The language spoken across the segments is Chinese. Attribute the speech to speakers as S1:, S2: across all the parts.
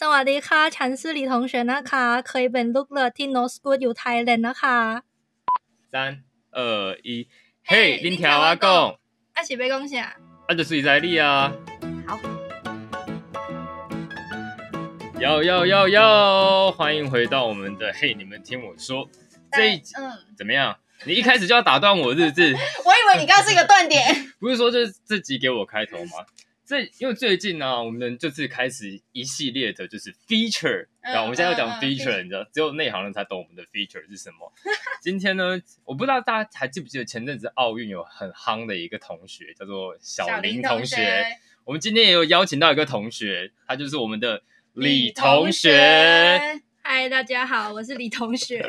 S1: สวัสดีค่ะ ฉันชื่อหลีทงเฉินนะคะ เคยเป็นลูกเรือที่ North School อยู่ไทยแลนด์นะคะ
S2: 三二一，
S1: 嘿
S2: 嘿，
S1: 恁
S2: 恁
S1: 听
S2: 听
S1: 我
S2: 我
S1: 讲
S2: 讲，
S1: อาชิเปกงเสีย
S2: 啊，就是在你啊。
S1: 好。
S2: 要要要要！欢迎回到我们的嘿，你们听我说这一集
S1: 嗯，
S2: 怎么样？你一开始就要打断我，是不是？
S3: 我以为你刚刚是一个断点，
S2: 不是说这这集给我开头吗？这因为最近呢、我们就是开始一系列的，就是 feature，
S3: 嗯
S2: 然后我们现在要
S3: 嗯
S2: 讲
S3: 嗯
S2: feature，你知道，只有内行人才懂我们的 feature 是什么。今天呢，我不知道大家还记不记得前阵子奥运有很夯的一个同学，叫做 小林同学。我们今天也有邀请到一个同学，他就是我们的李同学。
S1: 嗨，大家好，我是李同学。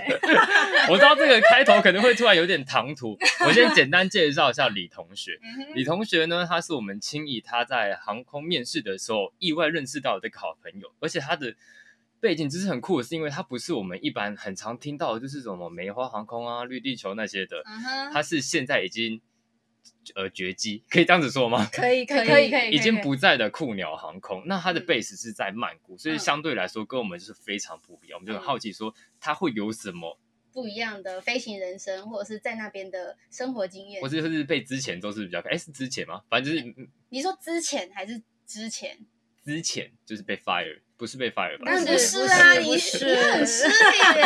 S2: 我知道这个开头可能会突然有点唐突，我先简单介绍一下李同学。
S3: 嗯哼，
S2: 李同学呢，他是我们青艺他在航空面试的时候意外认识到的一个好朋友，而且他的背景知识很酷，是因为他不是我们一般很常听到的，就是什么梅花航空啊、绿地球那些的，
S3: 嗯哼，
S2: 他是现在已经呃绝迹，可以这样子说吗？
S1: 可以，可以，
S3: 可以可以
S2: 已经不在的酷鸟航空，那他的 base 是在曼谷，所以相对来说跟我们就是非常不一样。我们就很好奇说他会有什么，
S3: 不一样的飞行人生，或者是在那边的生活经验
S2: 或。者就是被之前都是比较，哎、是之前吗？反正就是嗯
S3: 你说之前还是之前？
S2: 之前就是被 fire，不是被 fire 吧？
S3: 当然
S1: 不
S3: 不
S1: 是
S3: 是啊，
S1: 不
S3: 你
S1: 是
S3: 你很失礼耶！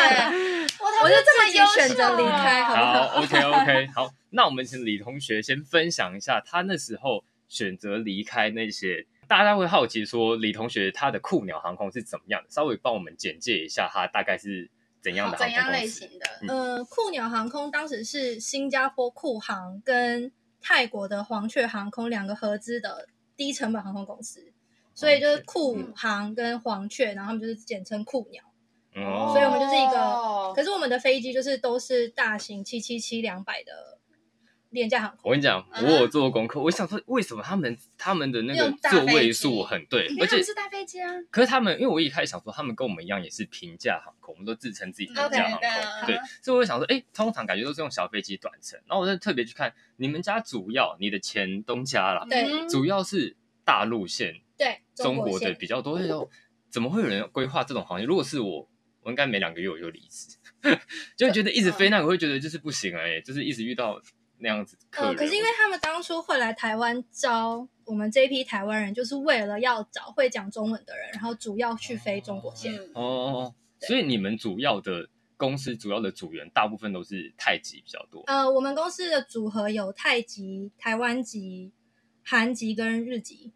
S3: 哇，他
S1: 我就
S3: 们
S1: 自
S3: 这
S1: 己
S3: 么优
S1: 选择
S3: 秀啊
S1: 离开好不
S2: 好，OK OK，好，那我们请李同学先分享一下他那时候选择离开那些，大家会好奇说李同学他的酷鸟航空是怎么样的，稍微帮我们简介一下他大概是怎样的航空
S3: 怎样类
S2: 公司。
S3: 型的？
S1: 呃，酷鸟航空当时是新加坡酷航跟泰国的黄雀航空两个合资的低成本航空公司，所以就是酷
S2: 嗯
S1: 航跟黄雀，然后他们就是简称酷鸟。
S2: 哦，
S1: 所以我们就是一个
S3: 哦
S1: 可是我们的飞机就是都是大型七七七两百的廉价航空，
S2: 我跟你讲，我
S3: 嗯
S2: 有做功课，我想说为什么他们他们的那个
S3: 用大
S2: 座
S3: 飞
S2: 位
S3: 机
S2: 数很对，
S3: 因
S2: 而
S3: 为他
S2: 且
S3: 们是大飞机啊，
S2: 可是他们，因为我一开始想说，他们跟我们一样也是平价航空，我们都自称自己平价航空
S3: OK，对
S2: 对
S3: 啊，
S2: 所以我就想说，哎、通常感觉都是用小飞机短程，然后我就特别去看你们家主要你的前东家啦，
S1: 对
S3: 嗯
S2: 主要是大陆线，
S1: 对，
S2: 中
S1: 国
S2: 国的
S1: 线。
S2: 比较多，那时候怎么会有人规划这种行业？如果是我，我应该每两个月我就离职， 就觉得一
S3: 嗯
S2: 直飞那个会觉得就是不行哎、就是一直遇到那样子客
S1: 呃，
S2: 人。
S1: 可是因为他们当初会来台湾招我们这一批台湾人，就是为了要找会讲中文的人，然后主要去飞中国线。
S3: 嗯，
S2: 哦哦哦，所以你们主要的公司主要的组员大部分都是太极比较多。
S1: 呃，我们公司的组合有泰籍、台湾籍、韩籍跟日籍。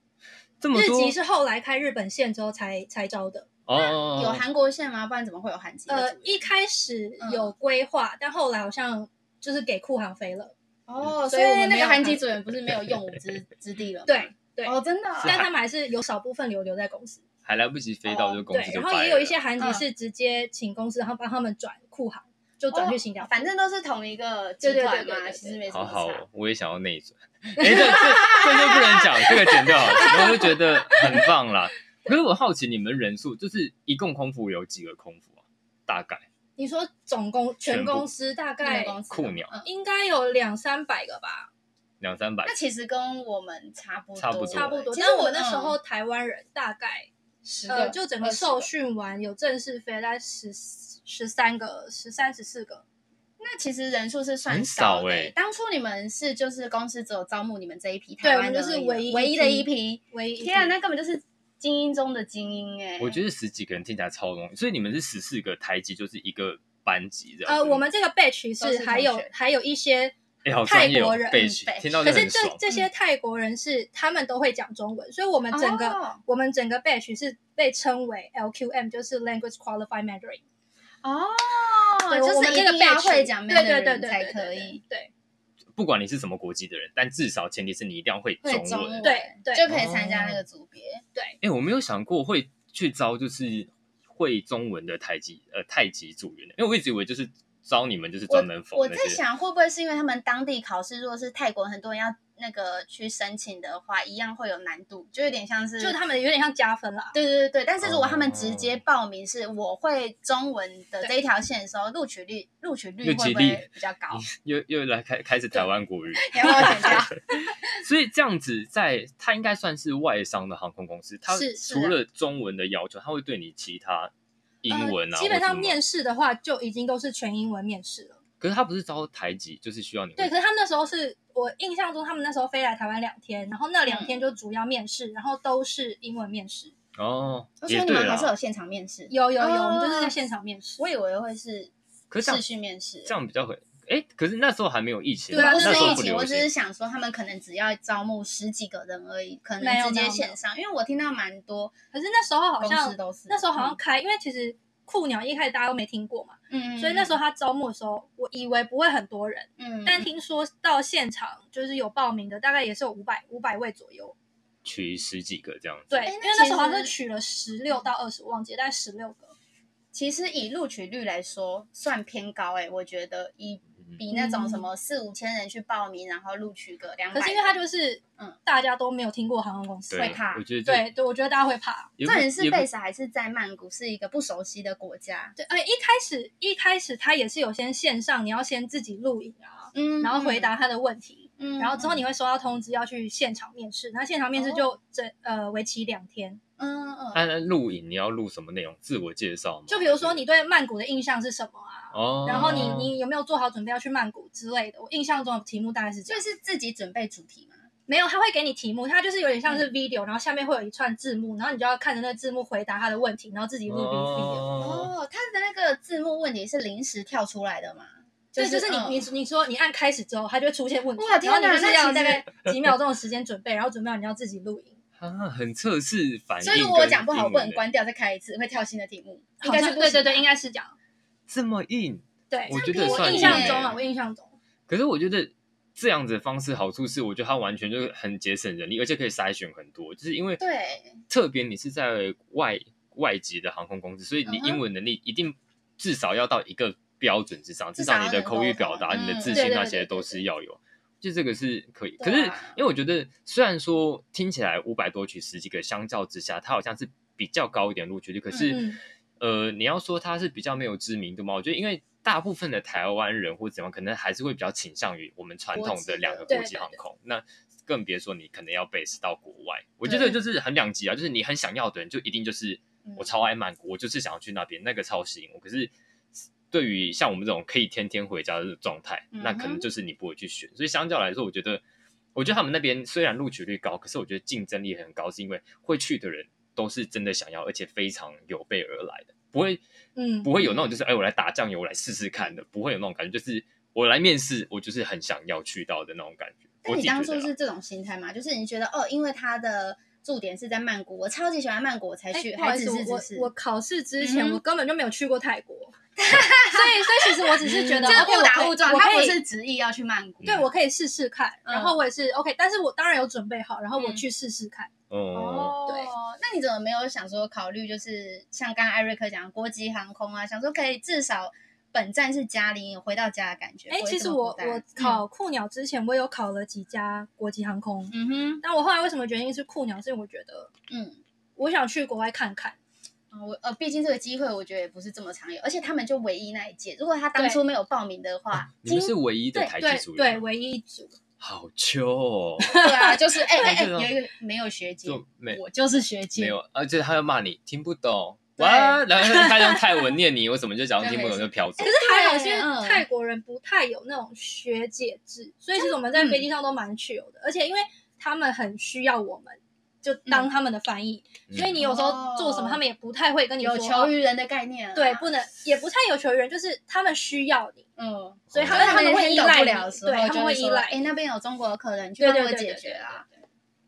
S2: 这么
S1: 日
S2: 多
S1: 籍是后来开日本线之后才才招的。
S2: 哦哦，
S3: 有
S2: 哦
S3: 韩国线吗？不然怎么会有韩籍的
S1: 呃
S3: 组，员？
S1: 一开始有规划，但后来好像就是给库航飞了。
S3: 哦，
S1: 所
S3: 所
S1: 以
S3: 以
S1: 我们没
S3: 那
S1: 有
S3: 个韩籍组员不是没有用武之之地了吗？
S1: 对对，
S3: 哦，真 的哦，
S1: 但他们还是有少部分留留在公司。
S2: 还来不及飞到这个公司
S1: 哦对，
S2: 就
S1: 然
S2: 掰
S1: 后
S2: 了。
S1: 也有一些韩籍
S3: 嗯
S1: 是直接请公司，然后帮他们转库航，就转
S3: 哦
S1: 去新加坡。
S3: 反正都是同一个
S1: 对对
S3: 集
S1: 对
S3: 团
S1: 对对
S3: 嘛，
S1: 对
S3: 其实没什
S2: 好
S3: 么
S2: 好哦
S3: 差。，
S2: 我也想要内 转。哎，这这这就不能讲，这个剪掉。我就觉得很棒啦。可是我好奇你们人数，就是一共空服有几个空服啊？大概
S1: 你说总公全
S2: 全部
S1: 公司大
S3: 你们
S1: 概
S3: 公司
S2: 酷鸟
S3: 嗯
S1: 应该有两三百个吧，
S2: 两三百
S3: 那，其实跟我们差不多，
S2: 差不多
S1: 差不多。
S3: 其实
S1: 但我
S3: 我嗯
S1: 们那时候台湾人大概
S3: 十
S1: 呃，就整个受。
S3: 20
S1: 训完有正式飞，大概十十三个、十三十四个。
S3: 那其实人数是算
S2: 很
S3: 少
S2: 少
S3: 的
S2: 欸
S3: 当初你们是就是公司只有招募你们这一批
S1: 对
S3: 台湾
S1: 我
S3: 人
S1: 们
S3: 而
S1: 就是
S3: 已，
S1: 唯一一
S3: 唯一
S1: 批
S3: 的一批。
S1: 唯一
S3: 天啊，那根本就是精英中的精英哎、
S2: 我觉得十几个人听起来超容易。所以你们是十四个台级，就是一个班级这样子。
S1: 呃，我们这个 batch
S3: 都是
S1: 是
S3: 同
S1: 还有
S3: 学
S1: 还有一些
S2: 哎，好专业
S1: 泰国
S2: 哦
S1: 人，
S2: 背起
S3: 嗯
S2: 听到
S1: 可
S2: 就是很
S1: 这
S2: 爽。
S1: 这些泰国人是他们都会讲中文，所以我们整个、
S3: 哦
S1: 我们整个 batch 是被称为 LQM，就是 Language Qualified Mandarin，
S3: 哦，
S1: 对，
S3: 就
S1: 我
S3: 是
S1: 们
S3: 一
S1: 这个
S3: 定要
S1: batch
S3: 会讲
S1: 对对
S3: Mandarin
S1: 对对
S3: 才
S1: 对
S3: 可以。，
S1: 对
S2: 不管你是什么国籍的人，但至少前提是你一定要会
S3: 会
S2: 中
S3: 中
S2: 文哦
S3: 文，。
S1: 对对
S3: 就可以参加那个组别。
S2: 哎、我没有想过会去招就是会中文的太极呃太极组员，因为我一直以为就是招你们就是专门
S3: 我
S2: 否
S3: 我
S2: 那
S3: 在
S2: 些。
S3: 想，会不会是因为他们当地考试，如果是泰国，很多人要那个去申请的话，一样会有难度，就有点像是
S1: 就是他们有点像加分啦。呃
S3: 对对对对，但是如果他们直
S2: 哦
S3: 接报名是我会中文的这一条线的时候，录取率录取率
S2: 录取率
S3: 会不会比较高？
S2: 又又来开开始台 湾国语，
S3: 你要帮我 剪掉。
S2: 所以这样子在它应该算是外商的航空公司，它
S1: 是是
S2: 除了中文的要求，它会对你其他英文啊，
S1: 呃，基本
S2: 或什
S1: 上
S2: 么
S1: 面，试的话就已经都是全英文面试了。
S2: 可是它不是招台籍，就是需要你
S1: 对，
S2: 会
S1: 可是他们那时候是我印象中，他们那时候飞来台湾两天，然后那
S3: 嗯
S1: 两天就主要面试，然后都是英文面试。
S2: 哦，
S3: 我
S2: 也
S3: 说你
S2: 对
S3: 们还是有
S2: 啦，
S3: 现场面试，
S1: 有有有，
S3: 哦
S1: 我们就是在现场面试
S3: 我。以为会是
S2: 可是这
S3: 视
S2: 样
S3: 讯面试，
S2: 这样比较会，哎，可是那时候还没有疫情，
S1: 对啊
S3: 不
S2: 那
S3: 是
S2: 时候
S3: 疫
S2: 不
S3: 情，
S2: 流
S3: 我只
S2: 行
S3: 是，想说，他们可能只要招募十几个人而已，可
S1: 没
S3: 能
S1: 有
S3: 直接
S1: 没有
S3: 线上。因为我听到蛮多
S1: 可是那时候好
S3: 公
S1: 像
S3: 司都是，
S1: 那时候好像开，因为其实酷鸟一开始大家都没听过嘛，
S3: 嗯，嗯，
S1: 所以那时候他招募的时候，我以为不会很多人，
S3: 嗯，
S1: 但听说到现场就是有报名的，大概也是有五百五百位左右。
S2: 取十几个这样子，
S1: 对，
S3: 哎那
S1: 因为那时候好像是
S3: 其实
S1: 取了十六到二十，忘记了大概十六个。
S3: 其实以录取率来说，算偏高哎、我觉得以
S2: 嗯
S3: 比那种什么四五千人去报名，然后录取个两百，
S1: 可是因为他就是，
S3: 嗯
S1: 嗯，大家都没有听过航空公司，
S2: 对
S3: 会怕
S2: 我觉得这
S1: 对对，我觉得大家会怕。
S2: 也不，
S3: 重点是
S2: 也不
S3: base 还是在曼谷，是一个不熟悉的国家，
S1: 对，而且一开始一开始他也是有先线上，你要先自己录影啊，
S3: 嗯
S1: 然后回，答他的问题，
S3: 嗯哦
S1: 然后之后，你会收到通知要去现场面试，那现场面试就整、呃为期两天。
S3: 嗯嗯嗯，
S2: 按按啊录影你要录什么内容？自我介绍吗？
S1: 就比如说
S2: 还是
S1: 你对曼谷的印象是什么啊？
S2: 哦，
S1: 然后你你有没有做好准备要去曼谷之类的？我印象中的题目大概是这
S3: 就
S1: 样，
S3: 是自己准备主题嘛，
S1: 没有，他会给你题目，他就是有点像是 video，、然后下面会有一串字幕，然后你就要看着那个字幕回答他的问题，然后自己录 PPT 的。
S2: 哦，
S3: 哦，他的那个字幕问题是临时跳出来的嘛？
S1: 对，就是你、
S3: 嗯
S1: 你你说你按开始之后，它就会出现问题，然
S3: 哇
S1: 后
S3: 天
S1: 你
S3: 哪
S1: 就是
S3: 那
S1: 要
S3: 其
S1: 大概几秒钟的时间准备，然后准备好你要自己录音，
S2: 啊，很测试反应。
S3: 所以如果我讲不好，不能。关掉，再开一次，会跳新的题目，应该
S1: 好
S3: 是
S1: 像
S3: 不
S1: 对
S3: 行
S1: 对对，
S3: 吧
S1: 应该是这样。
S2: 这么硬，
S1: 对，
S2: 我觉得
S1: 我
S2: 算
S1: 印
S2: 硬
S1: 象
S2: 欸
S1: 中啊，我印象中，
S2: 可是我觉得这样子的方式好处是，我觉得它完全就是很节省人力，而且可以筛选很多。就是因为
S3: 对
S2: 特别你是在外外籍的航空公司，所以你
S3: 嗯哼
S2: 英文能力一定至少要到一个标准之上，
S3: 至
S2: 至
S3: 少
S2: 少你的口语表达、
S3: 要能
S2: 你
S3: 够
S2: 的自
S1: 嗯
S2: 信
S1: 对
S2: 那
S1: 对对
S2: 些都是要有。就这个是可以，
S3: 对啊
S2: 可是因为我觉得，虽然说听起来五百多取十几个，相较之下，它好像是比较高一点录取率，可是。
S1: 嗯嗯
S2: 呃，你要说他是比较没有知名度吗？我觉得因为大部分的台湾人或怎么样，可能还是会比较倾向于我们传
S3: 国
S2: 统
S3: 际
S2: 的
S3: 的
S2: 两个
S1: 对
S2: 国
S1: 对
S2: 际
S1: 对
S2: 航空，那更别说你可能要 base 到国外。我觉得
S3: 对
S2: 就是很两极啊，就是你很想要的人，就一定就是
S3: 嗯
S2: 我超爱曼谷，我就是想要去那边，那个超吸引我。可是对于像我们这种可以天天回家的状态，那可
S3: 嗯哼
S2: 能就是你不会去选。所以相较来说，我觉得，我觉得他们那边虽然录取率高，可是我觉得竞争力很高，是因为会去的人都是真的想要，而且非常有备而来的，不会
S1: 嗯，
S2: 不会有那种就是哎、我来打酱油，我来试试看的，不会有那种感觉，就是我来面试，我就是很想要去到的那种感觉。
S3: 那
S2: 我自
S3: 你
S2: 己觉得啊
S3: 当初
S2: 啦
S3: 是这种心态吗？就是你觉得哦，因为他的驻点是在曼谷，我超级喜欢曼谷，我才
S1: 哎
S3: 去，
S1: 不好
S3: 还
S1: 意
S3: 只
S1: 思，
S3: 是
S1: 我
S3: 只是
S1: 我考试之前、
S3: 嗯哼
S1: 我根本就没有去过泰 国，所以所以其实我只是觉 得
S3: 这
S1: OK，
S3: 误打
S1: 我可以
S3: 误撞，
S1: 我可
S3: 他
S1: 以
S3: 不是执意要去曼谷，
S1: 对我可以试试看，
S3: 嗯
S1: 然后我也是 OK，但是我当然有准备好，然后我
S3: 嗯
S1: 去试试看。
S2: 哦，
S1: 对
S3: 那你怎么没有想说考虑，就是像刚刚艾瑞克讲国际航空啊，想说可以至少本站是嘉陵，有回到家的感觉。
S1: 哎、
S3: 不会
S1: 其
S3: 这
S1: 实
S3: 么
S1: 我
S3: 孤单
S1: 我考酷鸟之前，我有考了几家国际航空，
S3: 嗯哼，
S1: 但我后来为什么决定是酷鸟？是因为我觉得
S3: 嗯，
S1: 我想去国外看看。
S3: 啊我呃，毕竟这个机会我觉得也不是这么常有，而且他们就唯一那一届，如果他当初没有报名的话，
S2: 你们
S3: 今
S2: 是唯一的
S3: 对
S2: 台
S1: 对
S2: 籍组员
S1: 对，
S2: 吗，
S1: 唯一一组。
S2: 好糗哦，
S3: 对啊，就是哎哎哎，
S2: 对啊
S3: 有一个没有学姐，
S2: 就没
S3: 我就是学姐，
S2: 没有，而且他要骂你听不懂，
S3: 对
S2: 哇，然后他用泰文念你，我怎么就假装
S3: 对
S2: 听不懂就飘
S1: 可？
S2: 走
S1: 是还好，
S3: 对
S1: 是因
S3: 嗯
S1: 为泰国人不太有那种学姐制，所以其实我们在飞机上都蛮 chill 的，而且因为他们很需要我们。就当他们的翻译，
S2: 嗯
S1: 所以你有时候做什么，
S3: 哦
S1: 他们也不太会跟你说。哦
S3: 有求于人的概念、啊，
S1: 对，不能也不太有求于人，就是他们需要你，
S3: 嗯，
S1: 所以他
S3: 当
S1: 们
S3: 他们
S1: 们会依赖
S3: 不
S1: 你，
S3: 了的时候，
S1: 对，他
S3: 就
S1: 们会依
S3: 说
S1: 赖。
S3: 哎，那边有中国的客人，你去
S1: 对
S3: 帮
S1: 对
S3: 我
S1: 对
S3: 解
S1: 对
S3: 决啊，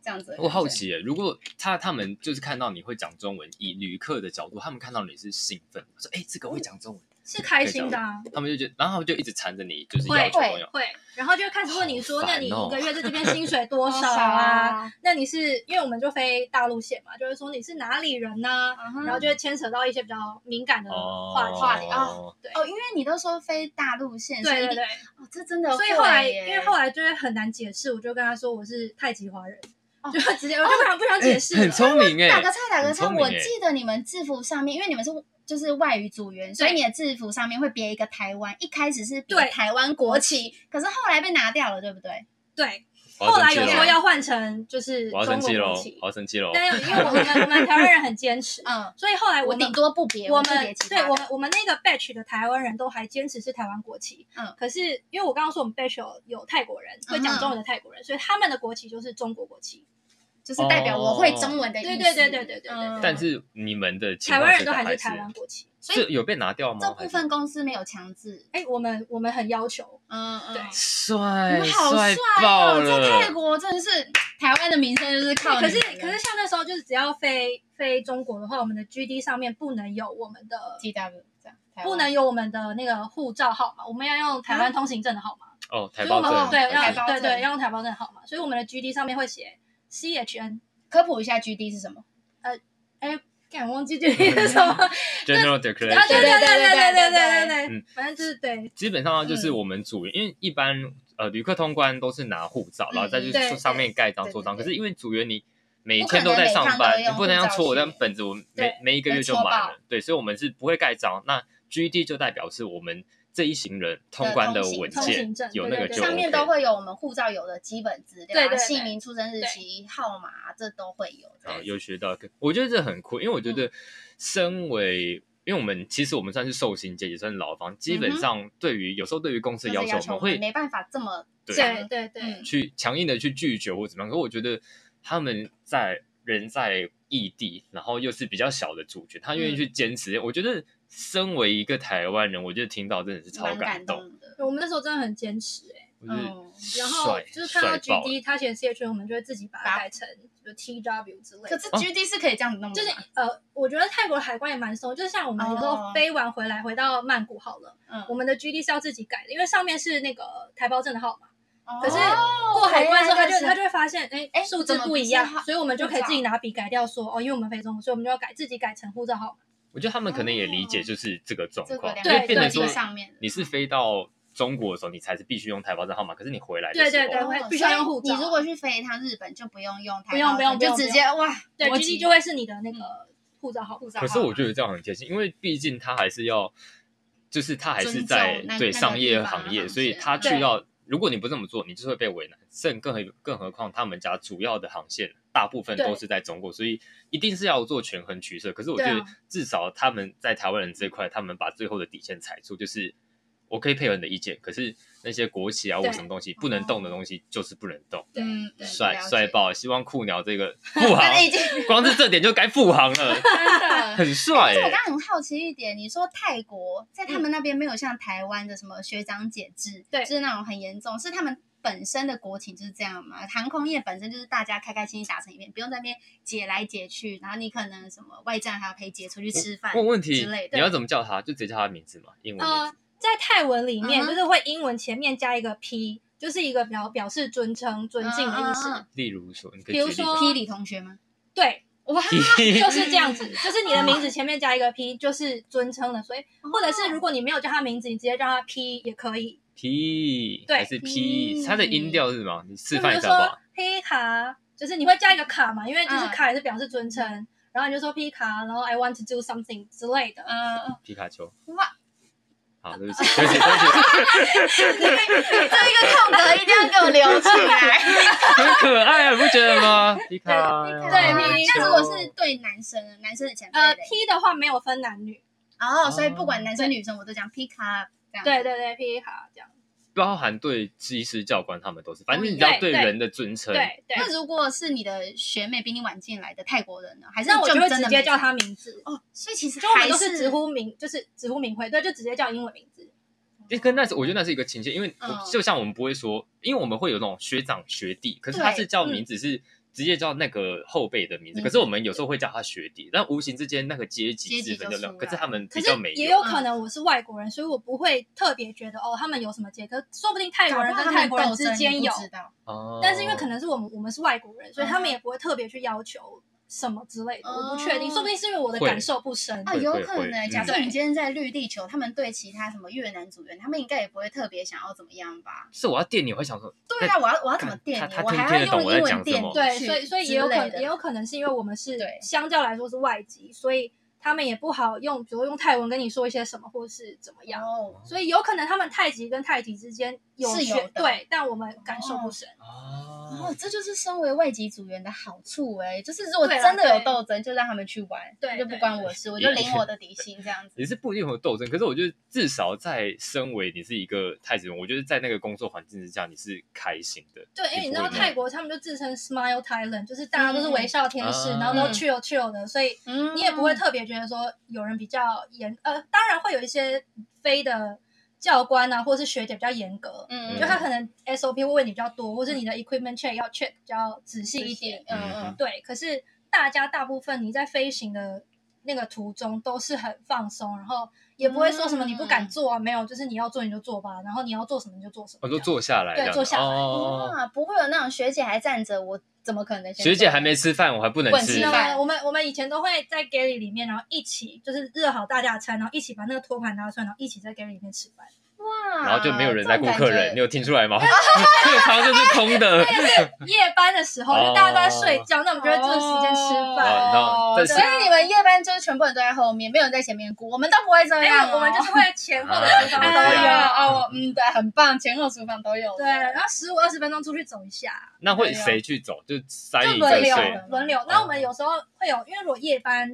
S3: 这样子。
S2: 我好，奇耶，如果他他们就是看到你会讲中文，以旅客的角度，他们看到你是兴奋，说哎、这个会讲中文，
S1: 是开心的啊，
S2: 他们就觉得，然后他们就一直缠着你，就是
S1: 会
S2: 要求朋友。
S1: 会，然后就开始问你说，
S2: 好
S1: 那
S2: 烦
S1: 你
S2: 哦
S1: 一个月在这边薪水多少
S3: 多少
S1: 啊
S3: 啊？
S1: 那你是因为我们就飞大陆线嘛，就会说你是哪里人呢、
S3: 嗯哼
S1: 然后就会牵扯到一些比较敏感的
S2: 哦，
S1: 话题。
S3: 话题啊
S1: 对
S3: 哦，因为你都说飞大陆线，所以
S1: 对
S3: 一
S1: 对
S3: 定
S1: 对，
S3: 哦，这真的会
S1: 所
S3: 耶，
S1: 以后来因为后来就会很难解释，我就跟他说我是太极华人，
S3: 哦
S1: 就直接我就不想不想
S2: 哎
S1: 解释了。
S2: 很聪明哎，
S3: 打个岔打个
S2: 很
S3: 岔，
S2: 聪明哎
S3: 我
S2: 耶
S3: 记得你们制服上面，因为你们是就是外语组员，所以你的制服上面会别一个台湾，一开始是别
S1: 对
S3: 台湾国旗，可是后来被拿掉了，对不对？
S1: 对，
S2: 我要
S1: 后来
S2: 生气
S1: 有说
S2: 咯
S1: 要换成就是
S2: 我要
S1: 中
S2: 生
S1: 国
S2: 气哦喽
S1: 国旗，
S2: 我，要生气喽。
S1: 但是因为我们 我们台湾人很坚持，
S3: 嗯，
S1: 所以后哎来我
S3: 我
S1: 们
S3: 顶多不别，
S1: 我
S3: 不别
S1: 们
S3: 其
S1: 对
S3: 他
S1: 我
S3: 的
S1: 们我们那个 batch 的台湾人都还坚持是台湾国旗，
S3: 嗯
S1: 可是因为我刚刚说我们 batch 有有泰国人会讲中文的泰国人，所以他们的国旗就是中国国旗，
S3: 就是代表我会中文的意思。
S1: 哦对对对对对对对
S3: 嗯
S2: 但是你们的情
S1: 台
S2: 况
S1: 湾人都
S2: 下
S1: 还
S2: 还
S1: 是台湾国旗。
S3: 所以
S2: 这有被拿掉吗？
S3: 这部分公司没有强制，
S1: 哎，我们我们很要求，
S3: 嗯嗯
S1: 对
S2: 还是哎帅，
S3: 你们好帅
S2: 爆
S3: 哦！在泰
S2: 了！
S3: 国真的是台湾的名声就是靠
S1: 哎可
S3: 你
S1: 是
S3: 们了
S1: 可是像那时候就是只要飞飞中国的话，我们的 GD 上面不能有我们的
S3: TW 这样，台湾
S1: 不能有我们的那个护照号码，我们要用台湾通行证的号码。
S2: 哦，台
S1: 所以我
S2: 胞
S1: 们
S2: 证
S1: 对
S3: 台
S1: 要
S3: 胞
S1: 对
S3: 证
S1: 对要用台胞证号码，所以我们的 GD 上面会写 CHN，
S3: 科普一下 GD 是什么？
S1: 干忘记 GD 是什么，
S2: General
S1: 然后对
S2: Declaration，
S1: 啊对对对对对对对对
S2: 嗯，
S1: 反正就是对
S2: 基本
S3: 嗯
S2: 上就是我们组员，因为一般呃旅客通关都是拿护照，
S3: 嗯
S2: 然后再去
S1: 对
S2: 上面盖章做章。
S3: 对对对
S2: 可是因为组员你每天都在上
S3: 不可能
S2: 班，
S3: 每趟都用
S2: 你不能让戳我
S3: 护照
S2: 但
S3: 去
S2: 本子，我每
S1: 对
S2: 每一个月就
S3: 被戳
S2: 满
S3: 爆
S2: 了。对，所以我们是不会盖章。那 GD 就代表是我们这一行人通关的
S3: 通行
S2: 文
S1: 通
S2: 件
S1: 行证
S2: 有
S1: 对
S2: 那
S1: 对
S2: 个
S1: 对
S2: 就
S3: 上
S2: OK
S3: 面都会有我们护照有的基本资料啊，
S1: 对对对
S3: 姓名、出生日期、号码，这都会有。这
S2: 啊，
S3: 样
S2: 又学到一个，我觉得这很酷，因为我觉得身为。因为我们其实我们算是寿星界，也算是老方，基本
S3: 嗯哼
S2: 上对于有时候对于公司
S3: 就
S2: 的要
S3: 是
S2: 求，
S3: 要
S2: 我
S3: 求
S2: 们
S3: 我
S2: 会
S3: 们没办法这么
S2: 对
S1: 对对对
S3: 嗯，
S2: 去强硬的去拒绝或怎么样。可我觉得他们在人在异地，然后又是比较小的族群，他愿意
S3: 嗯
S2: 去坚持。我觉得身为一个台湾人，我觉得听到真的是超
S3: 蛮
S2: 感
S3: 感
S2: 动，
S3: 动的。
S1: 我们那时候真的很坚持哎，
S2: 我觉
S3: 嗯
S2: 得帅
S1: 然后就是看到
S2: 帅爆了
S1: GD 他写 CHN，我们就会自己把它
S3: 把
S1: 改成就 TW 之类的。
S3: 可
S2: 哦
S3: 是 GD 是可以这样子弄的
S1: 就是
S3: 吗，
S1: 呃，我觉得泰国的海关也蛮松，就是像我们有时候
S3: 嗯哦
S1: 飞完回来回到曼谷好了，我
S3: 嗯，
S1: 们的 GD 是要自己改的，因为上面是那个台胞证的号码，可是
S3: 哦
S1: 过海关的时候他
S3: 原
S1: 就
S3: 来
S1: 他就会发现，哎
S3: 哎
S1: 数字
S3: 怎么
S1: 不
S3: 不
S1: 一
S3: 是
S1: 样
S3: 号，
S1: 所以我们就可以
S3: 护照
S1: 自己拿笔改掉说，哦，因为我们飞中国，所以我们就要改自己改成护照号码。
S2: 我觉得他们可能也理解
S3: 哦
S2: 就是这个状
S3: 这
S2: 况
S3: 个，
S2: 因
S1: 对
S2: 为
S3: 两
S2: 变
S3: 个
S2: 成
S1: 对
S2: 说
S3: 字上面的，
S2: 你是飞到中国的时候，你才是必须用台胞证号码，可是你回来的
S1: 对
S2: 时候，
S1: 对会
S3: 哦
S1: 必须要用
S3: 所以
S1: 护照啊
S3: 你如果去飞一趟日本，就不用用台
S1: 不用
S3: 胞
S1: 不用
S3: 证
S1: 不用
S3: 就直接哇，
S1: 对
S3: 国籍
S1: ，GD 就会是你的那个护照号码。
S3: 嗯护照号
S2: 可
S3: 码。
S2: 是我觉得这样很贴心，因为毕竟他还是要，就是他还是
S3: 尊重
S2: 在
S3: 那
S2: 对
S3: 那个
S2: 商业
S3: 地方
S2: 行业，
S3: 行
S2: 所以
S3: 业
S2: 他去
S1: 对
S2: 到，如果你不这么做，你就是会被为难。甚更何更何况他们家主要的航线大部分
S1: 对
S2: 都是在中国，所以一定是要做权衡取舍。可是我觉
S1: 对啊
S2: 得至少他们在台湾人这一块，他们把最后的底线踩住，就是我可以配合你的意见，可是那些国旗啊或
S1: 对
S2: 什么东西不能动的东西就是不能动。
S1: 对
S3: 嗯，哦对
S2: 帅
S3: 了解
S2: 帅爆了！希望酷鸟这个 富
S3: 真的
S2: 航，
S3: 已经
S2: 光是这点就该富航了，
S3: 真的
S2: 很
S1: 哎
S2: 帅、
S3: 但是
S2: 欸
S3: 我刚。刚很好奇一点，你说泰国在他们那边没有像台湾的什么学长姐制，
S1: 嗯对
S3: 就是那种很严重，是他们本身的国情就是这样嘛？航空业本身就是大家开开心心打成一片，不用在那边解来解去，然后你可能什么外站还要陪姐出去吃饭
S2: 问问题
S3: 之类，
S2: 你
S3: 的。
S2: 要怎么叫他？就直接叫他名字嘛，英文名
S1: 呃
S2: 字。，
S1: 在泰文里面
S3: 嗯哼
S1: 就是会英文前面加一个 P，就是一个表表示尊称、尊敬的意
S3: 嗯嗯
S1: 思
S3: 嗯。
S2: 例如说，你可以
S1: 比如
S2: 举例
S1: 说
S2: 吗
S3: 霹雳同 学吗？
S1: 对，
S3: 哇，
S1: 就是这样子，就是你的名字前面加一个 P，就是尊称了。所以，
S3: 哦
S1: 或者是如果你没有叫他名字，你直接叫他 P 也可以。
S2: P
S1: 对
S2: 还是
S3: P
S2: P，它的音调是什么？你示
S1: 就
S2: 范
S1: 比
S2: 一
S1: 如
S2: 下吧
S1: 说。P 卡，就是你会加一个卡嘛，因为就是
S3: 嗯
S1: 卡也是表示尊称，然后你就说 P 卡，然后 I want to do something 之类的。
S3: 呃，
S2: 皮卡丘。
S3: 哇，
S2: 好，对不起，对不起，对不起，
S3: 这一个空格一定要给我留起 来。
S2: 很可爱啊，你不觉得吗？皮卡，
S1: 对你
S3: 那如果是对男生呢，男生的前辈
S1: 哦呃
S3: 嘞，
S1: ，P 的话没有分男女，
S3: 哦，所以不管男生女生，我都讲 pick up 这样子。
S1: 对对对，P 卡这样。
S2: 包含对技师、教官他们都是，反正你
S3: 对
S2: 只要对
S1: 嗯对
S2: 人的尊称，
S1: 对对，
S3: 那如果是你的学妹比你晚进来的泰国人呢？还是
S1: 那我就会
S3: 真
S1: 直
S3: 的
S1: 接
S3: 没
S1: 叫
S3: 差
S1: 他名字。
S3: 哦，所以其实
S1: 就我
S3: 还
S1: 们都是
S3: 是
S1: 直呼名，就是直呼名讳，对，就直接叫英文名字。
S2: 就跟那是我觉得那是一个情境，因为
S3: 嗯
S2: 就像我们不会说，因为我们会有那种学长学弟，可是他
S3: 对
S2: 是叫
S1: 嗯
S2: 名字是直接叫那个后辈的名字，可是我们有时候会叫他学弟，但无形之间那个阶级
S3: 阶级
S2: 之分
S3: 就
S2: 亮。
S3: 出
S2: 可是
S3: 来
S2: 他们
S1: 可
S2: 比较没
S1: 是也有
S3: 嗯
S1: 可能我是外国人，所以我不会特别觉得哦，他们有什么结可说不定泰国人跟泰国人之间有，
S2: 哦
S1: 但是因为可能是我们我们是外国人，所以他们
S3: 嗯
S1: 也不会特别去要求什么之类的，我不
S3: 哦
S1: 确定，说不定是因为我的
S2: 会
S1: 感受不深
S3: 啊，
S2: 会
S3: 有
S2: 会
S3: 可
S2: 会
S3: 能欸。
S2: 嗯
S3: 假设
S1: 对
S3: 你今天在绿地球，他们对其他什么越南组员，他们应该也不会特别想要怎么样吧？
S2: 是我要电你，我会想说，
S3: 对啊，我要我要怎么
S2: 看
S3: 电
S2: 他
S3: 你？
S2: 他
S3: 我
S2: 听
S3: 还
S2: 听得
S3: 要
S2: 懂
S3: 用
S2: 我在
S3: 英
S2: 讲
S3: 文
S2: 什
S3: 电
S2: 么
S1: 对，
S3: 去
S1: 所以所以
S3: 之
S1: 也有可
S3: 类
S1: 能
S3: 的
S1: 也有可能是因为我们是
S3: 对
S1: 相较来说是外籍，所以他们也不好用，比如用泰文跟你说一些什么，或是怎么样。
S3: 哦，
S1: 所以有可能他们太极跟太极之间有
S3: 是有
S1: 学
S3: 的
S1: 对，但我们感受不深。
S2: 哦
S3: 哦，，这就是身为外籍组员的好处哎、就是如果
S1: 对啦
S3: 真的有
S1: 对
S3: 斗争，就让他们去玩，
S1: 对
S3: 就不
S1: 对
S3: 关
S1: 对
S3: 我事，我
S2: 也
S3: 就领我的底薪这样子。
S2: 也是不一定会有斗争，可是我觉得至少在身为你是一个太子人，我觉得在那个工作环境之下你是开心的。
S1: 对，因为你知道
S2: 不会
S1: 泰国他们就自称 Smile Thailand，就是大家都是微笑天使，
S2: 嗯
S1: 然后都
S3: 嗯
S1: chill chill 的，所以
S3: 嗯
S1: 你也不会特别觉得说有人比较严，呃，当然会有一些飞的教官啊，或者是学姐比较严格，
S3: 嗯，
S1: 就他可能 SOP 会问你比较多，或是你的 equipment check 要 check 比较仔细一点。
S3: 嗯
S2: 嗯
S3: 嗯，
S1: 对，可是大家大部分你在飞行的那个途中都是很放松，然后也不会说什么你不敢做啊，没有，就是你要做你就做吧，然后你要做什么你就做什么。
S2: 我说坐下来这
S1: 对
S2: 样子，
S1: 坐下来
S2: 哦，
S3: 哇，不会有那种学姐还站着，我怎么可能先
S2: 学姐
S3: 做
S2: 还没吃饭，我还不能
S3: 滚
S2: 吃
S3: 吃
S1: 那
S3: 饭
S1: 么我们我们以前都会在 galley 里面，然后一起就是热好大家的餐，然后一起把那个托盘拿出来，然后一起在 galley 里面吃 饭。
S3: 哇，
S2: 然后就没有人在顾
S3: 这种
S2: 客
S3: 感觉
S2: 人，你有听出来 吗？这个床就是空的，
S1: 夜班的时候就大家都在睡觉，那我们就会这个时间吃饭。
S2: 哦
S3: 哦
S2: 然后但是
S3: 所以你们夜班就是全部人都在后面，没有人在前面顾，我们都不会这
S1: 没有
S3: 样哦、，
S1: 哎啊我们就是会前后的吃
S2: 啊
S1: 饭
S3: 哎
S1: 都
S2: 这
S1: 有
S2: 样。
S3: 呀哦，我嗯，对，很棒，前后厨房都有。
S1: 对，然后十五二十分钟出去走一下，
S2: 那会谁去走？就三
S1: 啊就
S2: 影
S1: 轮
S2: 在
S1: 流
S2: 睡，
S1: 轮流。那我们有时候会有，因为如果夜班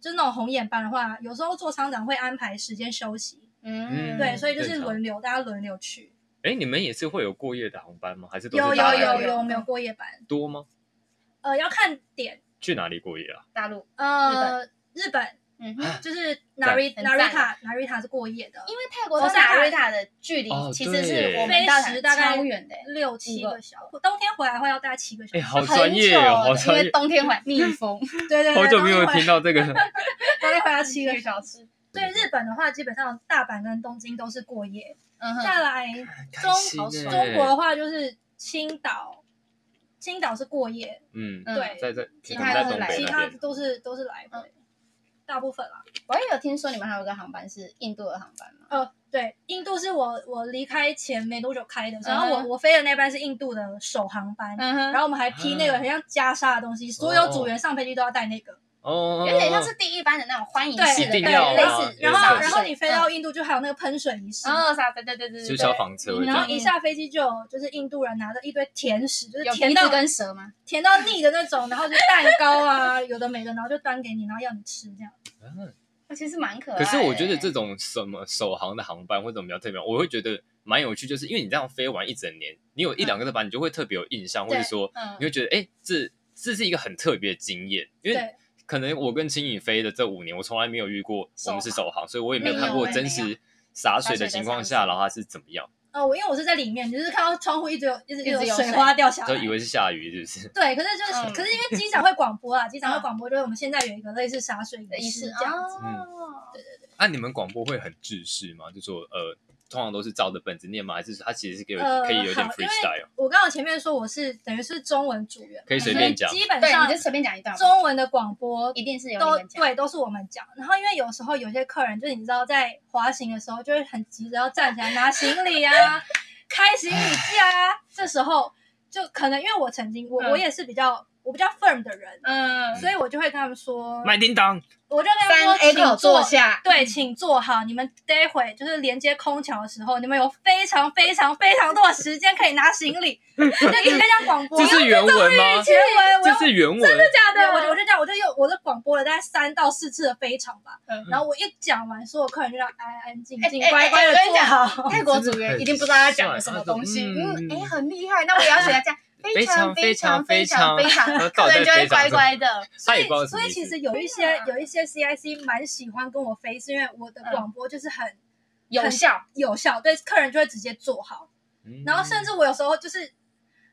S1: 就是那种红眼班的话，有时候做厂长会安排时间休息，
S2: 嗯
S3: 嗯，
S1: 对，所以就是
S2: 正常
S1: 轮流，大家轮流去。
S2: 哎，你们也是会有过夜的航班吗？还是都
S1: 有
S2: 是
S1: 有
S2: 大
S1: 有
S2: 概
S1: 有，我们有过夜班，
S2: 多吗？
S1: 呃，要看点，
S2: 去哪里过夜啊？
S3: 大陆，
S1: 呃，日本
S3: 嗯哼，
S1: 就是
S2: 赞
S1: Nari
S3: 很赞啊
S1: Narita Narita 是过夜的，
S3: 因为泰国
S1: 我
S3: 到
S1: 是
S3: 马
S1: 看
S3: 瑞塔的距离
S2: 哦
S3: 其实
S2: 对
S3: 是我们到
S1: 飞时大概
S3: 超远的，
S1: 六七
S3: 五
S1: 个
S3: 个
S1: 小时，冬天回来会要大概七个小
S2: 哎，
S1: 时，
S2: 好
S3: 很
S2: 专业
S3: 久
S2: 哦，好
S3: 的
S2: 专
S3: 因
S2: 业
S3: 为，冬天晚逆 风，
S1: 对对对，
S2: 好久没有
S1: 冬天回
S2: 听 到这个。
S1: 冬天回来要七个小时。
S3: 小时。
S1: 对日本的话，基本上大阪跟东京都是过夜，
S3: 嗯哼，
S1: 再来
S2: 开心
S3: 好
S2: 欸
S1: 中国的话就是青岛，青岛是过夜，
S2: 嗯，
S3: 嗯
S1: 对，
S2: 在在
S3: 其
S2: 可能
S3: 他
S2: 在
S3: 都
S2: 东
S3: 是来
S2: 北
S1: 其
S2: 那
S1: 他
S2: 边，
S1: 都是都是来回，
S3: 嗯
S1: 大部分啦。
S3: 我也有听说你们还有个航班是印度的航班嘛？
S1: 呃，对，印度是我我离开前没多久开的，然后
S3: 嗯
S1: 我
S3: 哼
S1: 我飞的那班是印度的首航班，
S3: 嗯哼，
S1: 然后我们
S2: 啊
S1: 还披那个很像袈裟的东西，所有组员上飞机都要带那个。
S2: 哦，
S3: 有点像是第一班的那种欢迎
S1: 对
S3: 式的，
S2: 一定要啊
S3: 类似
S2: 有
S1: 然后
S2: 点像嗯
S1: 然后你飞到印度就还有那个喷水仪式。
S3: 哦，啥对对对对对，
S2: 就消防车这
S1: 然后
S2: 样。
S1: 一下飞机就有，就是印度人拿着一堆甜食，就是
S3: 有
S1: 甜
S3: 鼻
S1: 到
S3: 子跟舌吗？
S1: 甜到腻的那种，然后就蛋糕啊，有的没的，然后就端给你，然后要你吃这样。
S2: 嗯
S3: 其实蛮可爱
S2: 可
S3: 的。
S2: 是我觉得这种什么首航的航班或者比较特别，我会觉得蛮有趣，就是因为你这样飞完一整年，你有一两个班，你就会特别有印象，或者
S1: 嗯对
S2: 说
S3: 嗯
S2: 你会觉得，哎，这这是一个很特别的经验，因为
S1: 对，
S2: 可能我跟青宇飞的这五年，我从来没有遇过我们是
S3: 首
S2: 首航，所以我也没有
S1: 没
S2: 看
S1: 有
S2: 过
S1: 哎
S2: 真
S3: 没
S2: 实
S3: 有
S2: 洒
S3: 洒
S2: 水的
S3: 水的
S2: 情况
S3: 场
S2: 下，
S3: 景
S2: 然后它是怎么样，
S1: 呃，我因为我是在里面，就是看到窗户一直有一直
S3: 一直
S1: 有
S3: 有
S1: 水
S3: 水
S1: 花掉下
S2: 就
S1: 来
S2: 以。为是下雨，是不 是？
S1: 对，可是就是，
S3: 嗯
S1: 可是因为机长会广播啊，机长会
S3: 嗯
S1: 广播，就是我们现在有一个类似洒水
S3: 的
S1: 仪
S3: 意
S1: 式
S3: 思
S1: 这样子。
S3: 哦，
S2: 那、啊你们广播会很制式吗？就说呃，通常都是照着本子念吗？还是它其实是可以有、
S1: 呃，好，
S2: 可以
S1: 因
S2: 有点
S1: 为
S2: freestyle，
S1: 我刚刚前面说我是等于是中文组员嘛，
S2: 可以随
S1: 所
S2: 便
S1: 以
S2: 讲
S1: 基本
S3: 对，
S1: 上
S3: 你就随便讲一段吧，
S1: 中文的广播
S3: 一定是有
S1: 都
S3: 你们讲，
S1: 对，都是我们讲。然后因为有时候有些客人，就是你知道，在滑行的时候，就会很急着要站起来拿行李 啊，开行李架啊。这时候就可能因为我曾经，我、
S3: 嗯
S1: 我也是比较我比较 firm 的人，
S3: 嗯，
S1: 所以我就会跟他们说，
S2: 麦叮当，
S1: 我就跟他
S3: 三
S1: 们
S3: A
S1: 说，请
S3: 口坐。下，
S1: 对，请坐好。你们待会就是连接空调的时候，你们有非常非常非常多的时间可以拿行 李，就一直在讲广播。
S2: 这是原文吗？
S1: 前文，我
S2: 这
S1: 用
S2: 是原文，
S1: 真的假
S3: 对
S1: 的？我就我就这样，我就用我就广播了大概三到四次的非常吧。
S3: 嗯
S1: 然后我一讲完，所有客人就让安安静静、
S3: 哎哎
S1: 乖乖的
S3: 哎我跟
S1: 坐
S3: 你讲
S1: 好。
S3: 泰国组员一定不知道他讲的什么东西，
S2: 嗯
S3: 嗯，哎，很厉害，那我也要学他这样，非常非常非常非常，
S2: 到
S3: 客
S2: 底
S3: 人就
S2: 在非
S3: 会
S2: 常
S3: 乖
S2: 什么
S3: 乖的，
S2: 他
S1: 所
S2: 也不知道
S1: 以，
S2: 什
S1: 所
S2: 么
S1: 以
S2: 意
S1: 其
S2: 思。
S1: 实有一
S3: 对
S1: 些
S3: 啊
S1: 有一些 CIC 蛮喜欢跟我飞，是因为我的广播就是很
S3: 有效，
S2: 嗯
S1: 有效，对客人就会直接做好。然后甚至我有时候就是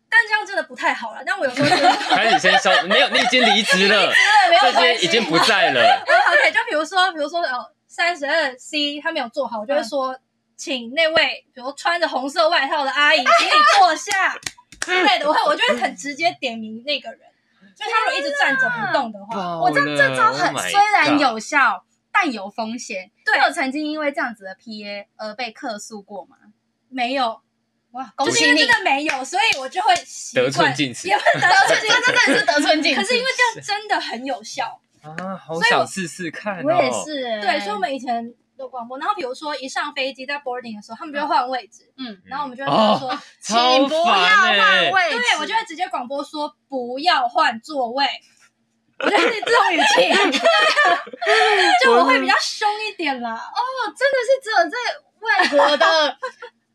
S1: 但这样真的不太好了。但我有时 候觉得，
S2: 开始先消，没有，你已经离职 了，
S1: 没有
S2: 这
S1: 关
S2: 些
S1: 系
S2: 已经不在了。
S1: OK，就比 如说，比如说哦，三十二 C 他没有做好，我就会说，请那位比如穿着红色外套的阿姨，请你坐 下之类的。我会，我就会很直接点名那 个人。就他如果一直站着不动的话，
S2: 爆
S3: 我知道
S2: 了
S3: 这招
S2: Oh
S3: 很
S2: my
S3: 虽然
S2: God
S3: 有效，但有风险。
S1: 对
S3: 你有曾经因为这样子的 PA 而被客诉过吗？
S1: 没有，
S3: 哇，
S1: 就
S3: 恭
S1: 是
S3: 喜
S1: 因
S3: 你
S1: 为真！的没有，所以我就会习惯
S2: 得寸进尺
S1: 也不是得寸进
S3: 这真的是得寸
S1: 尺。
S3: 进尺。
S1: 可是因为这样真的很有效，
S2: 啊，好
S1: 所以我
S2: 想试试看哦。
S3: 我也是欸，
S1: 对，所以我们以前有广播，然后比如说一上飞机在 boarding 的时候，他们就会换位置，
S3: 嗯，
S1: 然后我们就会
S2: 哦
S1: 说，
S2: 超
S3: 请不要
S2: 烦
S3: 换
S2: 欸。
S3: 位置。
S1: 对，我就会直接广播说不要换座位。我就是这种语 气，就我会比较凶一点啦。哦，
S3: 哦真的是只有在外国的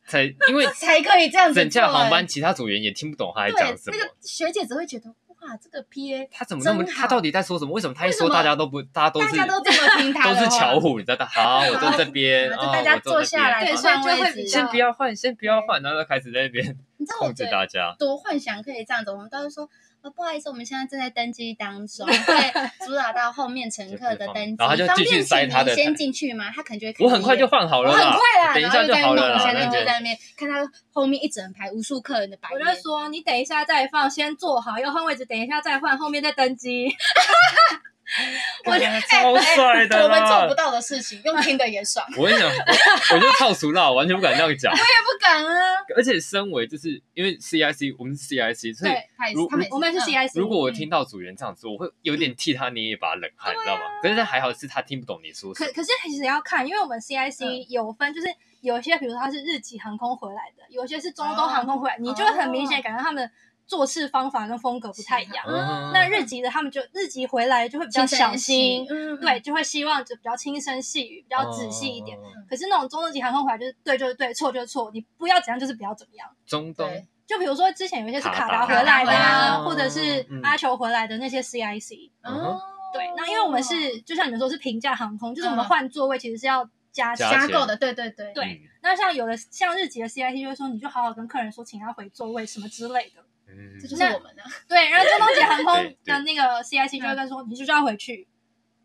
S2: 才因为
S3: 才可以这样子做。
S2: 整架航
S3: 哎
S2: 班其他组员也听不懂他在
S3: 对
S2: 讲什么
S3: 那。个学姐只会觉得哇，这个 PA
S2: 他怎么那么？
S3: 真好
S2: 他到底在说什么？为什么他一
S3: 为
S2: 说
S3: 什么
S2: 大家都不，大家都
S3: 大
S2: 是
S3: 家都这么听她
S2: 都
S3: 的
S2: 是
S3: 话
S2: 巧虎，你知道？好，我坐这边，
S3: 然
S2: 啊
S3: 后就大家
S2: 我坐
S3: 坐
S2: 这
S3: 下来，
S2: 边
S1: 对
S3: 然后
S1: 所以
S3: 换
S1: 就会
S3: 位
S1: 比
S3: 置。
S1: 较
S2: 先不要换，先不要换，然后就开始在那边
S3: 你知道我
S2: 控制
S3: 最
S2: 大家。
S3: 多幻想可以这样子，我们都会说。呃，不好意思，我们现在正在登机当中，会阻扰到后面乘客的登机。
S2: 然后他就
S3: 方
S2: 继续
S3: 便
S2: 塞
S3: 请
S2: 他
S3: 您
S2: 的
S3: 先进去吗？他可能就会看
S2: 我很快
S3: 一
S2: 就
S3: 眼
S2: 换好
S3: 我
S2: 了
S3: 很
S2: 啦，
S3: 快啦，
S2: 等一下
S3: 然后就
S2: 就
S3: 在那
S2: 好了
S3: 边
S2: 啦。
S3: 弄然
S2: 那
S3: 后就
S2: 边
S3: 在那边看到后面一整排无数客人的白
S1: 我
S3: 眼
S1: 就会。说你等一下再放，先坐好，要换位置，等一下再换，后面再登机。
S3: 我就
S2: 哎 超帅的
S3: 我们做不
S2: 啦！
S3: 到的事情，用听的也爽。
S2: 我跟你讲，我就超俗辣，我完全不敢这样讲。
S3: 也不敢啊。
S2: 而且身为就是因为 CIC，我们是 CIC，所以
S1: 对，
S3: 他也是
S2: 如
S3: 他们也
S1: 我们是
S3: 嗯
S1: CIC。
S2: 如果我听到组员这样说，我会有点替他捏一把冷汗，你知道吗？可是还好是他听不懂你说
S1: 啊可
S2: 什么。
S1: 可是其实要看，因为我们 CIC
S3: 嗯
S1: 有分，就是有些比如说它是日籍航空回来的，有些是中东航空回来，你就会很明显感觉他们做事方法跟风格不太一样。
S2: 嗯
S1: 那日籍的他们就日籍回来就会比较小心，
S3: 嗯，
S1: 对，就会希望就比较轻声细语，比较仔细一点。
S2: 哦
S1: 可是那种中东籍航空回来就是对就是对，错就是错，你不要怎样就是不要怎么样。
S2: 中东
S3: 对
S1: 就比如说之前有一些是
S2: 卡
S1: 卡达
S2: 达
S1: 回来的啊，
S3: 卡达
S1: 或者是
S2: 嗯
S1: 阿球回来的那些 CIC，、
S3: 哦
S2: 嗯
S1: 对，那因为我们是就像你们说是平价航空，就是我们
S3: 嗯
S1: 换座位其实是要加
S2: 加
S1: 价。
S3: 加购的，对对对
S1: 对那像有的像日籍的 CIT 就会说，你就好好跟客人说，请他回座位什么之类的。
S2: 嗯
S3: 这就是我们啊。
S1: 对，然后中东捷航空
S2: 对对
S1: 的那个 CIT 就会跟说，你就是要回去，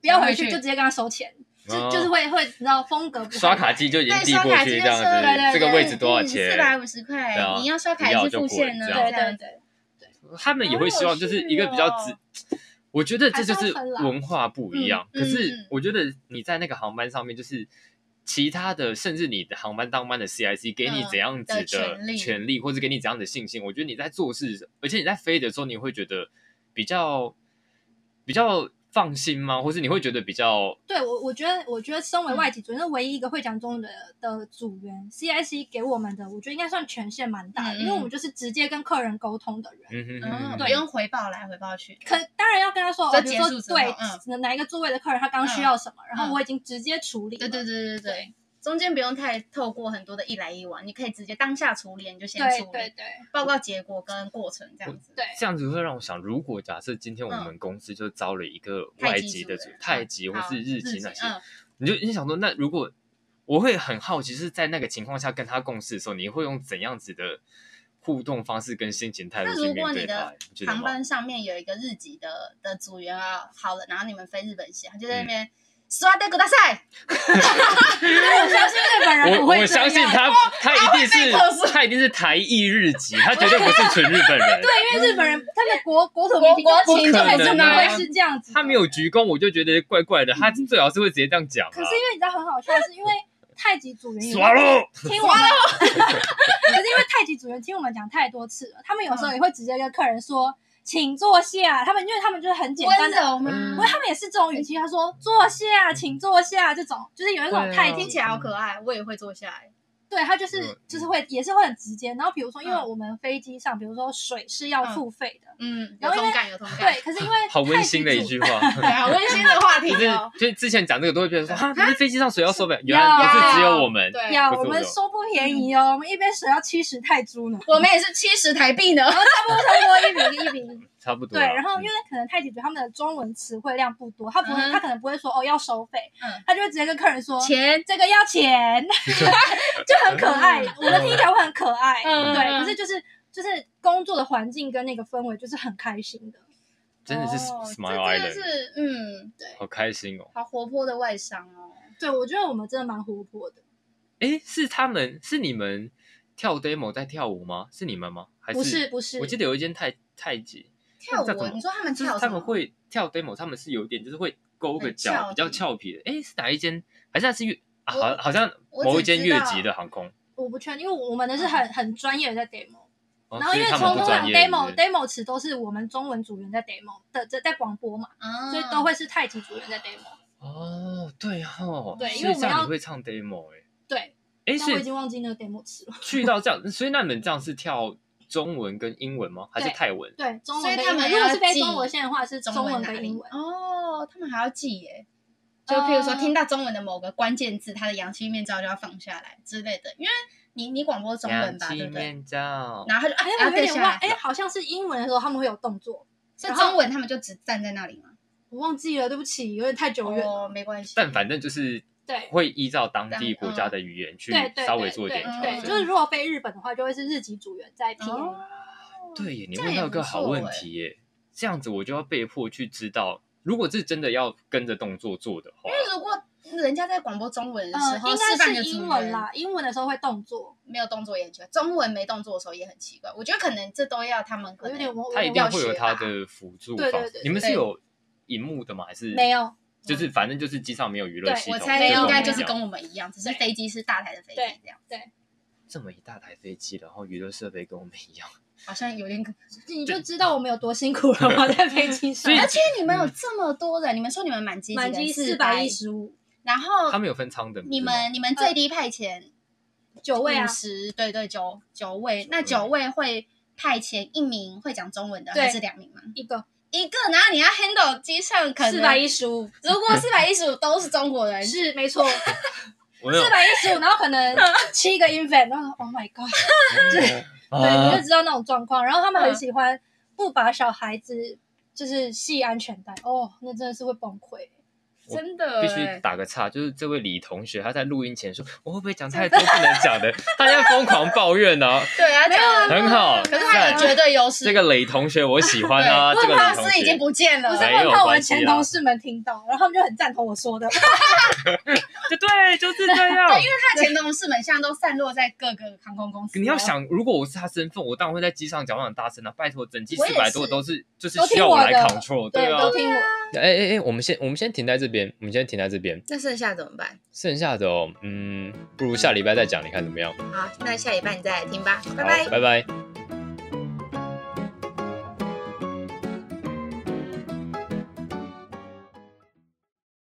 S1: 不嗯要回去
S3: 回去
S1: 就直接跟他收钱，就
S2: 哦
S1: 就是会会你知道风格不太一样
S2: 刷卡机就已经
S3: 对，
S2: 递
S3: 刷
S2: 过
S3: 卡
S2: 去
S3: 机
S2: 这样
S3: 就说
S2: 子，这个位置多少
S3: 嗯四百
S2: 钱？
S3: 五十
S2: 对
S3: 块
S2: 啊，
S3: 你要刷卡
S2: 不
S3: 还
S2: 要
S3: 是
S2: 就
S3: 付
S2: 滚
S3: 现呢？
S2: 这
S1: 对
S2: 样
S3: 这
S1: 对
S3: 样
S1: 对，
S2: 他们也会希望就是一个比较直
S3: 好有趣哦。
S2: 我觉得这就
S1: 还
S2: 是
S1: 是要分啦
S2: 文化不一样。
S3: 嗯
S2: 可是
S3: 嗯
S2: 我觉得你在那个航班上面，就是其他的，甚至你的航班当班的 CIC 给你
S3: 嗯
S2: 怎样子
S3: 的权利
S2: 权利，或者给你怎样的信心，我觉得你在做事，而且你在飞的时候，你会觉得比较比较放心吗？或是你会觉得比较
S1: 对我我觉得我觉得身为外籍组员，那唯一一个会讲中文的的组员，CIC 给我们的，我觉得应该算权限蛮大的，
S3: 嗯
S1: 因为我们就是直接跟客人沟通的人。
S2: 嗯哼哼
S3: 嗯，
S2: 哼
S3: 不用回报来回报去。
S1: 可当然要跟他说，
S3: 就
S1: 哦，比如
S3: 结
S1: 说
S3: 束之后
S1: 对、哪一个座位的客人他刚需要什么，然
S3: 嗯
S1: 后我已经直接处理了。
S3: 对对
S1: 对
S3: 对对对，中间不用太透过很多的一来一往，你可以直接当下处理，你就先
S1: 对
S3: 处
S1: 对
S3: 理，
S1: 对
S3: 报告结果跟过程这样子。
S1: 对，
S2: 这样子会让我想，如果假设今天我们公司就招了一个外籍的组，
S3: 嗯太
S2: 太
S3: 极
S2: 极
S3: 组的
S2: 或是日籍那些，
S3: 嗯，
S2: 你就你想说，那如果我会很好奇，是在那个情况下跟他共事的时候，你会用怎样子的互动方式跟心情态度
S3: 那
S2: 去
S3: 如果
S2: 面
S3: 你
S2: 对他
S3: 的？
S2: 你觉得
S3: 航
S2: 吗？
S3: 班上面有一个日籍的的组员啊，好了，然后你们飞日本线，他
S2: 嗯
S3: 就在那边。刷德古大赛，
S1: 但我相信日本人
S2: 我
S1: 不会
S2: 我
S1: 这样
S2: 相信他，他一定是他一定是台裔日籍，他绝对不是纯日本 人。
S1: 对，因为日本
S3: 嗯
S1: 人他们国国土民
S3: 国
S1: 情
S3: 国情
S1: 就
S2: 就不可
S1: 就不
S2: 能啊
S1: 会是这样子的。
S2: 他没有鞠躬，我就觉得怪怪的。他最好是会直接这样讲啊。
S1: 可是因为你知道很好笑，是因为太极组员也
S2: 耍喽，
S1: 听我们，可是因为太极组员听我们讲太多次了，他们有时候也会直接跟客人说，请坐下。他们因为他们就是很简单
S3: 温
S1: 的。
S3: 柔吗？
S2: 嗯
S1: 不过他们也是这种语气，他说坐下，请坐下，这种就是有一种
S2: 对啊
S1: 太极
S3: 听起来好可爱，我也会坐下来。
S1: 对他就是、
S2: 嗯
S1: 就是会也是会很直接。然后比如说，因为
S3: 嗯
S1: 我们飞机上，比如说水是要付费的，
S3: 嗯，有
S1: 然后因为
S3: 同感，有同感。
S1: 对。可是因为
S2: 好温馨的一
S1: 太极
S2: 句
S1: 组，
S2: 话。
S3: 对，好温馨的话题
S2: 就是
S3: 哦。
S2: 就是之前讲这个都会觉得说啊，可是飞机上水要收费，原
S1: 要
S2: 来不是只有我们。
S3: 对，
S1: 要
S2: 不是
S1: 我
S2: 我
S1: 们
S2: 有
S1: 收不便宜哦，我们一杯水要七十泰铢呢，
S3: 我们也是七十台币呢。
S1: 差不多差不多一比一比一。
S2: 差不多
S1: 对，
S2: 啦。
S1: 然后因
S2: 嗯
S1: 为可能太极组他们的中文词汇量不多，他不会
S3: 嗯
S1: 他可能不会说哦要收费
S3: 嗯，
S1: 他就会直接跟客人说
S3: 钱，
S1: 这个
S2: 嗯
S1: 要钱，就很可爱。我们听起来会很可爱，
S3: 嗯
S1: 对。可是就是就是工作的环境跟那个氛围就是很开心的。
S2: 真的是
S3: 哦
S2: Smile
S3: 这真的
S2: Island，
S3: 是嗯，对，
S2: 好开心哦！
S3: 好活泼的外商哦。
S1: 对，我觉得我们真的蛮活泼的，
S2: 诶，是他们是你们跳 demo 在跳舞吗？是你们吗？还
S1: 不是不是，啊
S2: 我记得有一间太太极，
S3: 跳
S2: 那叫
S3: 舞，啊
S2: 什么
S3: 你说他们
S2: 就是
S3: 跳什么？
S2: 他们会跳 demo，他们是有一点就是会勾个
S3: 很俏
S2: 脚，
S3: 皮
S2: 比较俏皮的。诶，是哪一间？还是它是乐啊？好
S3: 我，
S2: 好像
S3: 我
S2: 某
S3: 只
S2: 一间
S3: 知
S2: 越
S3: 道
S2: 级的航空。
S1: 我不确定，因为我们的是很很专业的在 demo，
S2: 嗯哦
S1: 然后
S2: 所
S1: 因
S2: 以
S1: 为
S2: 他
S1: 从
S2: 们
S1: 通
S2: 不
S1: 常
S2: 专业是不
S1: demo
S2: 是
S1: demo 词都是我们中文组员在 demo 的在在广播嘛，
S3: 啊，
S1: 所以
S2: 嗯
S1: 都会是太极组员在 demo。
S2: 哦，对哦，
S1: 对因
S2: 所
S1: 为我
S2: 以这
S1: 们
S2: 样
S1: 要
S2: 你会唱 demo 哎、
S1: 对，
S2: 诶，
S1: 但我
S2: 所
S1: 已
S2: 以
S1: 经忘记那个 demo 词了。
S2: 去到这样，所以那你们这样是跳中文跟英文吗？还是
S1: 对
S2: 泰文？
S1: 对，中
S3: 所以
S1: 文跟
S3: 他
S1: 英文
S3: 们
S1: 如果
S3: 要
S1: 是非
S3: 记
S1: 中文线的话是中文
S3: 哪
S1: 跟
S3: 里
S1: 英文。
S3: 哦，他们还要记耶。就譬如说，
S1: 呃
S3: 听到中文的某个关键字，它的阳气面罩就要放下来之类的，因为你你广播中文吧，对
S2: 氧气
S3: 不对？
S2: 面罩。
S3: 然后他就啊
S1: 哎，，
S3: 然
S1: 我
S3: 后
S1: 有
S3: 对
S1: 点
S3: 下
S1: 忘，
S3: 来，
S1: 哎，好像是英文的时候他们会有动作，
S3: 是
S1: 然后
S3: 中文他们就只站在那里嘛。
S1: 我忘记了，对不起，有点太久远了。
S3: 哦，没关系。
S2: 但反正就是
S1: 对嗯
S2: 会依照当地国家的语言去
S1: 对对
S2: 稍微做一
S1: 对
S2: 点
S3: 调
S1: 对，对
S2: 调
S3: 整
S1: 就是
S2: 整。
S1: 如果非日本的话，就会是日籍组员在 P。
S3: 哦，
S2: 对耶，你
S3: 这样
S2: 问
S3: 也
S2: 到一
S3: 不
S2: 个好
S3: 错
S2: 问
S3: 哎
S2: 题耶，这样子我就要被迫去知道，如果是真的要跟着动作做的话
S3: 因，为如果人家在广播中文的时
S1: 呃，
S3: 候，
S1: 应
S3: 示范
S1: 该
S3: 的
S1: 是
S3: 主
S1: 英文
S3: 人
S1: 啦，英文的时候会动作，
S3: 没有动作也很奇怪，中文没动作的时候也很奇怪。我觉得可能这都要他们可
S1: 我有
S3: 能
S1: 点我
S2: 它一定
S3: 要
S2: 会有
S3: 学
S2: 它
S3: 吧
S2: 的辅助
S1: 对对
S2: 方式
S1: 对
S2: 你们是
S3: 对
S2: 有荧幕的吗？还是
S1: 没？有。
S2: 就是反正就是机上没有娱乐
S1: 对
S2: 系
S3: 我
S2: 统，
S3: 猜
S1: 没有
S2: 跟
S3: 应
S2: 我
S3: 该
S2: 们
S3: 就
S2: 一
S3: 是
S2: 样
S3: 跟我们一样，只是
S1: 对
S3: 飞机是大台的飞机
S1: 对
S3: 这样，
S2: 这么一大台飞机，然后娱乐设备跟我们一样，
S3: 好像有点可。
S1: 你就知道我们有多辛苦了嘛，在飞机上
S2: 所以，
S3: 而且你们有这么多人，你们说你们满机
S1: 满机
S3: 四
S1: 四
S3: 百
S1: 百一，十五
S3: 然后
S2: 他们有嗯分舱的，
S3: 哦你
S2: 是吗
S3: 们你们最低派遣
S1: 九位啊
S3: 五，十，对对九九位，
S2: 位
S3: 那九位会派遣一名会讲中文的
S1: 对
S3: 还是两名吗？
S1: 一个
S3: 一个，然后你要 handle 机上可能
S1: 四百，一十五
S3: 如果四百一十五都是中国人，
S1: 是没错，
S2: 我有
S1: 四百一十五，然后可 能七个 infant，然后 Oh my God，
S2: 对
S1: 对，你就
S2: 啊，
S1: 知道那种状况。然后他们很喜欢不把小孩子就是系安全带，哦，那真的是会崩溃。
S2: 我
S3: 真的
S2: 必须
S3: 欸
S2: 打个岔，就是这位李同学他在录音前 说，我会不会讲太多不能讲的，大家疯狂抱怨呢、
S3: 对啊，讲得
S2: 很好
S3: 可是他有
S2: 赞
S3: 绝对优势，
S2: 这个李同学我喜欢啊，
S3: 对
S2: 这个
S3: 问
S2: 李
S3: 老
S2: 同
S3: 师已经
S2: 学
S3: 不见了，
S1: 我是
S2: 没有
S1: 很怕我的
S2: 关系啊
S1: 前同事们听到，然后他们就很赞同我说的。
S2: 就对，就是这样。
S3: 对，因为他的前同事们现在都散落在各个航空公司。
S2: 你要，想，如果我是他身份，我当然会在机上讲话很大声啊！拜托，整机
S3: 我也
S2: 四百多
S3: 是
S2: 都是就是
S1: 都
S2: 需
S1: 听
S2: 要
S1: 我
S2: 来
S1: 的
S2: control，对啊
S1: 都。听我。
S2: 哎哎哎，我们先我们先停在这边，我们先停在这边，
S3: 那剩下怎么办？
S2: 剩下的哦，嗯，不如下礼拜再讲，你看怎么样？
S3: 好，那下礼拜你再来听吧，
S2: 好，拜拜。